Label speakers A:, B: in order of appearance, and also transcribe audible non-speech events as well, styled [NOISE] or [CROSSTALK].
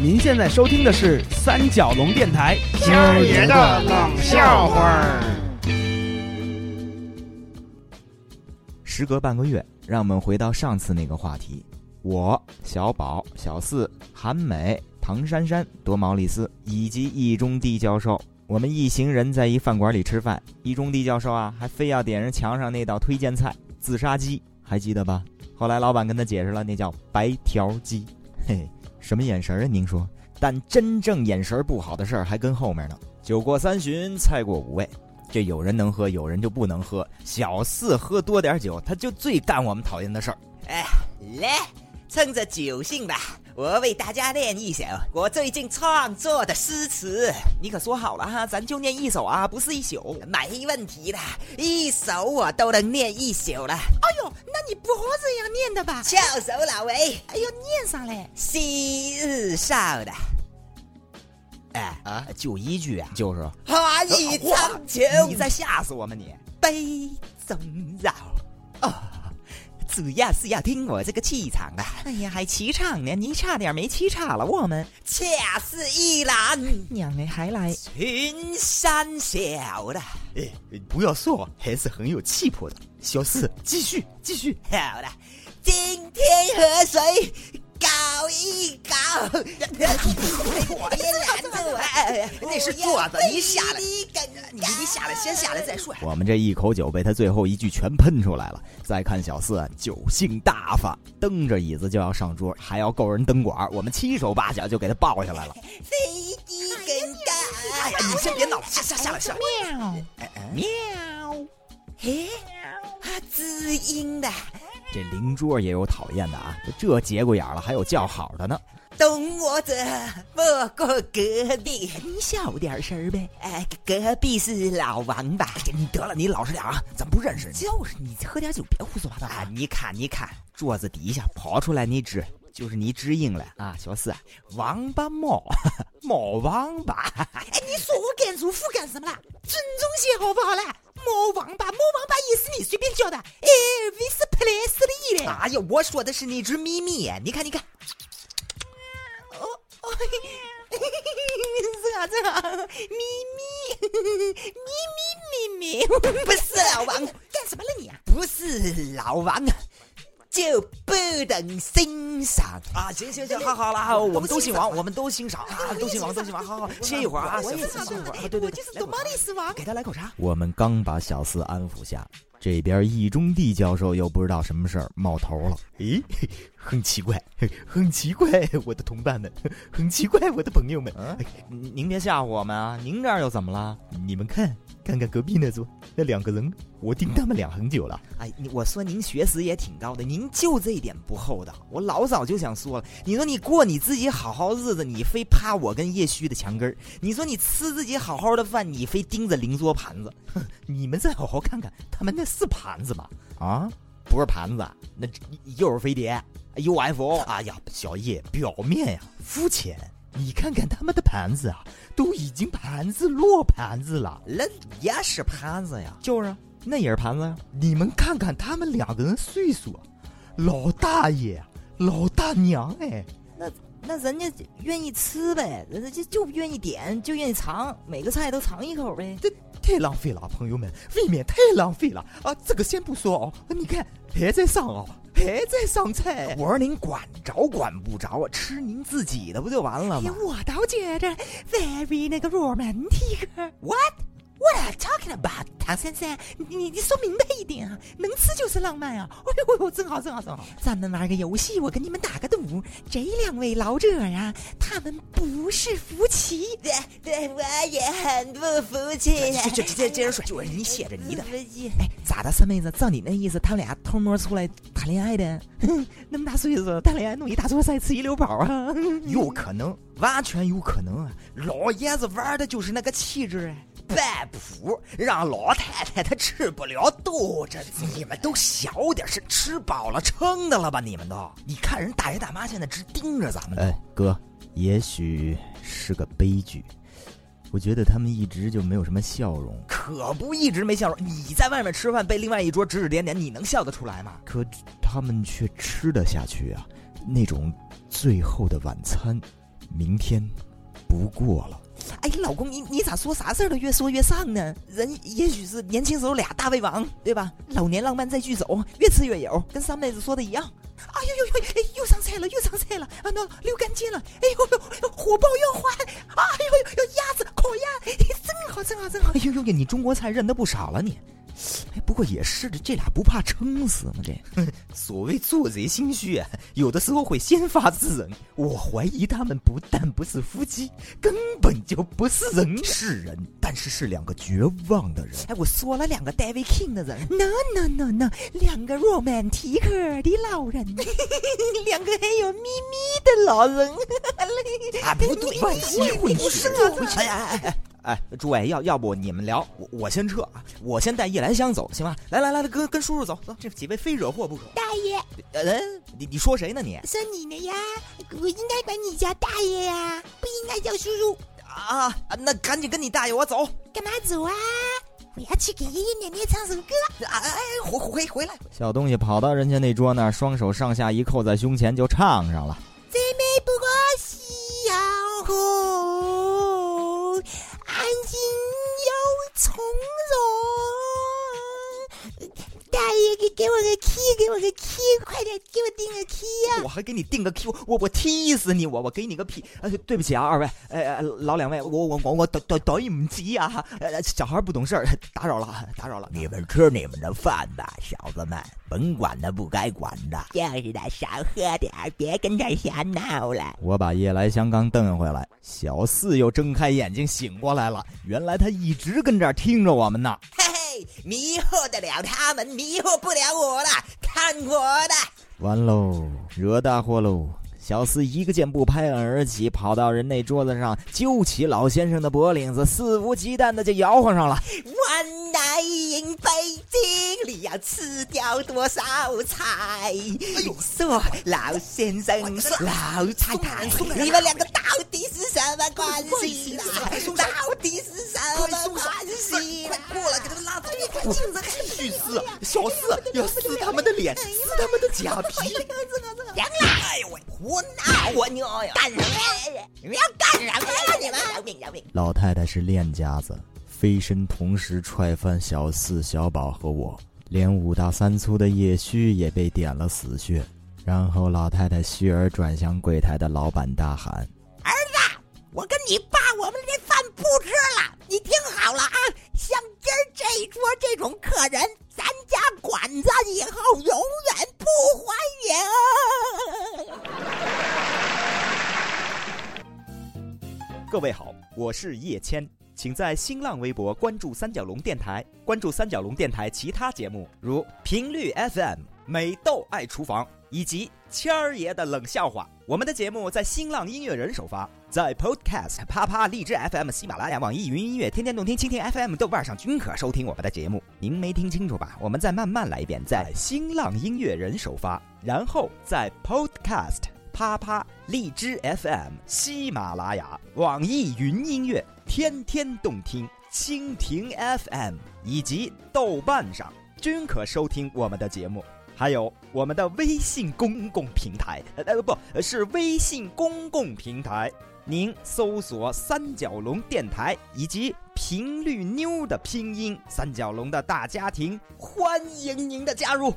A: 您现在收听的是三角龙电台。
B: 星爷的冷笑话儿。
C: 时隔半个月，让我们回到上次那个话题。我、小宝、小四、韩美、唐珊珊、多毛利斯以及易中地教授，我们一行人在一饭馆里吃饭。易中地教授啊，还非要点人墙上那道推荐菜——自杀鸡，还记得吧？后来老板跟他解释了，那叫白条鸡。嘿嘿，什么眼神儿啊？您说？但真正眼神不好的事儿还跟后面呢。酒过三巡，菜过五味。这有人能喝，有人就不能喝。小四喝多点酒，他就最干我们讨厌的事儿。
D: 哎来，趁着酒兴吧，我为大家念一首我最近创作的诗词。你可说好了哈，咱就念一首啊，不是一宿。没问题的，一首我都能念一宿了。
E: 哎呦，那你不会这样念的吧？
D: 翘首老为
E: 哎呦，念啥嘞？
D: 昔日少的，哎
C: 啊，就一句啊，就是
D: 花一苍
C: 你
D: 穹
C: 在吓死我们你！
D: 杯中绕。哦，主要是要听我这个气场
C: 啊
D: 的。
E: 哎呀，还齐唱呢，你差点没齐唱了我们。
D: 恰似一览
E: 娘哎，还来？
D: 群山小的。
C: 哎，不要说，还是很有气魄的。小四，继续，继续。
D: 好了，今天河水搞一搞，别拦着我，
B: 那是坐着你下来
D: 哎你你下来，先下来再说。
C: [LAUGHS] 我们这一口酒被他最后一句全喷出来了。再看小四，啊酒性大发，蹬着椅子就要上桌，还要够人灯管儿。我们七手八脚就给他抱下来了。
D: 飞机更大，哎呀，
B: 你先别闹了，下下下来下来。
E: 喵哎喵！
D: 嘿，啊，知音的，
C: 这邻桌也有讨厌的啊，这节骨眼儿了还有叫好的呢。
D: 懂我者莫过隔壁。
E: 你小点声儿呗。
D: 哎，隔壁是老王吧？
C: 得哎了，你老实点啊，咱不认识你。
E: 就是你喝点酒，别胡说八道
C: 啊，你看，你看，桌子底下跑出来那只，就是你指引了啊，小四，王八 [LAUGHS] 猫，猫王八。
E: 哎，你说我干叔父干什么啦？尊重些好不好啦？魔王八，魔王八也是你随便叫的。哎，vis plus 的嘞。
D: 哎呀，我说的是那只咪咪，你看，你看，
E: 哦嘿嘿嘿嘿这啊这啊，咪咪咪咪咪咪，
D: 不是老王。
E: 干什么了你啊？
D: 不是老王，就不能欣赏。
B: 啊，行行行，好好了，好我们都姓王，我们都欣赏啊，都姓王，都姓王，好好歇一会儿啊，歇
E: 我
B: 一
E: 也
B: 会
E: 是
B: 歇一会儿，啊
E: 的，
B: 对对
E: 我就
B: 对
E: 是，
B: 来
E: 懂
B: 口
E: 猫
B: 茶
E: 历史王。
B: 给他来口茶。
C: 我们刚把小四安抚下，这边易中地教授又不知道什么事儿冒头了。
F: 咦，很奇怪，很奇怪，我的同伴们，很奇怪，我的朋友们，
C: 啊哎您您别吓唬我们啊！您这儿又怎么了？
F: 你们看，看看隔壁那桌那两个人，我盯他们俩很久了。
C: 哎，你我说您学识也挺高的，您就这一点不厚道。我老早就想说了，你说你过你自己好好日子，你非趴我跟叶虚的墙根儿；你说你吃自己好好的饭，你非盯着邻桌盘子。
F: 你们再好好看看，他们那是盘子吗？
C: 啊，不是盘子，那又是飞碟，UFO。
F: 哎呀，小叶，表面呀、肤浅。你看看他们的盘子啊，都已经盘子落盘子了。
C: 那也是盘子呀，就是啊，那也是盘子呀。
F: 你们看看他们两个人岁数啊，老大爷，啊老大娘，哎，
E: 那人家愿意吃呗，人家就就愿意点，就愿意尝，每个菜都尝一口呗。
F: 太浪费
E: 啊
F: 了，朋友们，未免太浪费了啊！这个先不说哦，你看还在上哦，还在上菜。
C: 我说您管着管不着啊，吃您自己的不就完了
E: 哎
C: 吗？
E: 我倒觉着 very 那个 romantic。What 哎 What are you talking about？唐珊珊，你你你说明白一点啊，能吃就是浪漫啊！哎呦哎呦，真好真好
C: 哦
E: 真好！咱们玩个游戏，我跟你们打个赌，这两位老者啊，他们不是夫妻。
D: 对对，我也很不服气。
B: 去去，接接着说，就是你歇着你的。
E: 哎，咋的，三妹子？照你那意思，他们俩偷摸出来谈恋爱的？ [LAUGHS] 那么大岁数谈恋爱，弄一大桌菜吃一溜饱啊！ [LAUGHS]
C: 有可能，完全有可能啊！老爷子玩的就是那个气质啊，拜谱让老太太她吃不了兜着。你们都小点儿，是吃饱了撑的了吧？你们都，你看人大爷大妈现在直盯着咱们呢。
F: 哎，哥，也许是个悲剧。我觉得他们一直就没有什么笑容，
C: 可不一直没笑容。你在外面吃饭被另外一桌指指点点，你能笑得出来吗？
F: 可他们却吃得下去啊！那种最后的晚餐，
C: 明天不过了。
E: 哎，老公，你你咋说啥事儿都越说越上呢？人也许是年轻时候俩大胃王，对吧？老年浪漫再聚首，越吃越有，跟三妹子说的一样。哎呦呦呦，哎又上菜了，又上菜了，啊，那溜干净了，哎呦呦，火爆腰花，哎呦呦，鸭子烤鸭，哎真好，真好，真好。
C: 哎呦呦呦，你中国菜认得不少了你。哎，不过也是的，这俩不怕撑死吗？这 [LAUGHS]
F: 所谓做贼心虚啊，有的时候会先发制人。我怀疑他们不但不是夫妻，根本就不是
E: [LAUGHS]
F: 人，是人，但是是两个绝望的人。
E: 哎，我说了两个 David King 的人，no no no no，两个 romantic 的老人，两个很有秘密的老人。
D: 啊，不对，
F: 万一会是
D: 哎呀哎哎，
C: 啊哎，诸位，要要不你们聊，我我先撤啊，我先带叶兰香走，行吧？来来来，跟跟叔叔走走，这几位非惹祸不可。
G: 大爷，
C: 呃，你你说谁呢你？
G: 说你呢呀，我应该管你叫大爷呀，不应该叫叔叔。
D: 啊，啊那赶紧跟你大爷我走。哎
G: 干嘛走啊？我要去给爷爷奶奶唱首歌。
D: 啊哎哎，回回回来！
C: 小东西跑到人家那桌那儿，双手上下一扣在胸前就唱上了。
G: 最美不过夕阳红，安静又从容。大爷给给我个 key，给我个 key，快点给我定个啊 key 呀、
C: 我还给你定个 Q，我我踢死你！我我给你个屁！呃，对不起啊，二位，哎哎，老两位，我我我我等等等你们急啊！呃，小孩不懂事儿，打扰了啊，打扰了。
B: 你们吃你们的饭吧，小子们，甭管那不该管的。
G: 就是的，少喝点儿，别跟这儿瞎闹了。
C: 我把夜来香刚瞪回来，小四又睁开眼睛醒过来了，原来他一直跟这儿听着我们呢。
D: 嘿嘿，迷惑得了他们，迷惑不了我了，看我的！
C: 完喽，惹大祸喽！小四一个箭步拍案而起，跑到人那桌子上，揪起老先生的脖领子，肆无忌惮的就摇晃上了。
D: 万来迎北京，你要吃掉多少菜？说老先生，老太太，你们两个到底是什么关系啦？到底是什么关系啦？过来，给他们拉走！
F: 去撕小四，要撕他们的脸，撕他们的假皮。
D: 娘了！哎呦喂，胡闹！我牛呀！干什么呀？你们要干什么呀？你们！饶命！饶命！
C: 老太太是练家子，飞身同时踹翻小四、小宝和我，连五大三粗的叶须也被点了死穴。然后老太太虚儿转向柜台的老板，大喊
D: 我跟你爸，我们这饭不吃了，你听好了啊！像今儿这一桌这种客人，咱家馆子以后永远不欢迎。：“
C: 各位好，我是叶谦，请在新浪微博关注三角龙电台，关注三角龙电台其他节目，如频率 FM、美豆爱厨房以及谦儿爷的冷笑话。我们的节目在新浪音乐人首发，在 Podcast、啪啪、荔枝 FM、喜马拉雅、网易云音乐、天天动听、蜻蜓 FM、豆瓣上均可收听我们的节目。您没听清楚吧？我们再慢慢来一遍，在新浪音乐人首发，然后在 Podcast、啪啪、荔枝 FM、喜马拉雅、网易云音乐、天天动听、蜻蜓 FM 以及豆瓣上均可收听我们的节目。还有我们的微信公共平台，呃呃不是微信公共平台，您搜索“三角龙电台”以及“频率妞”的拼音“三角龙的大家庭”，欢迎您的加入。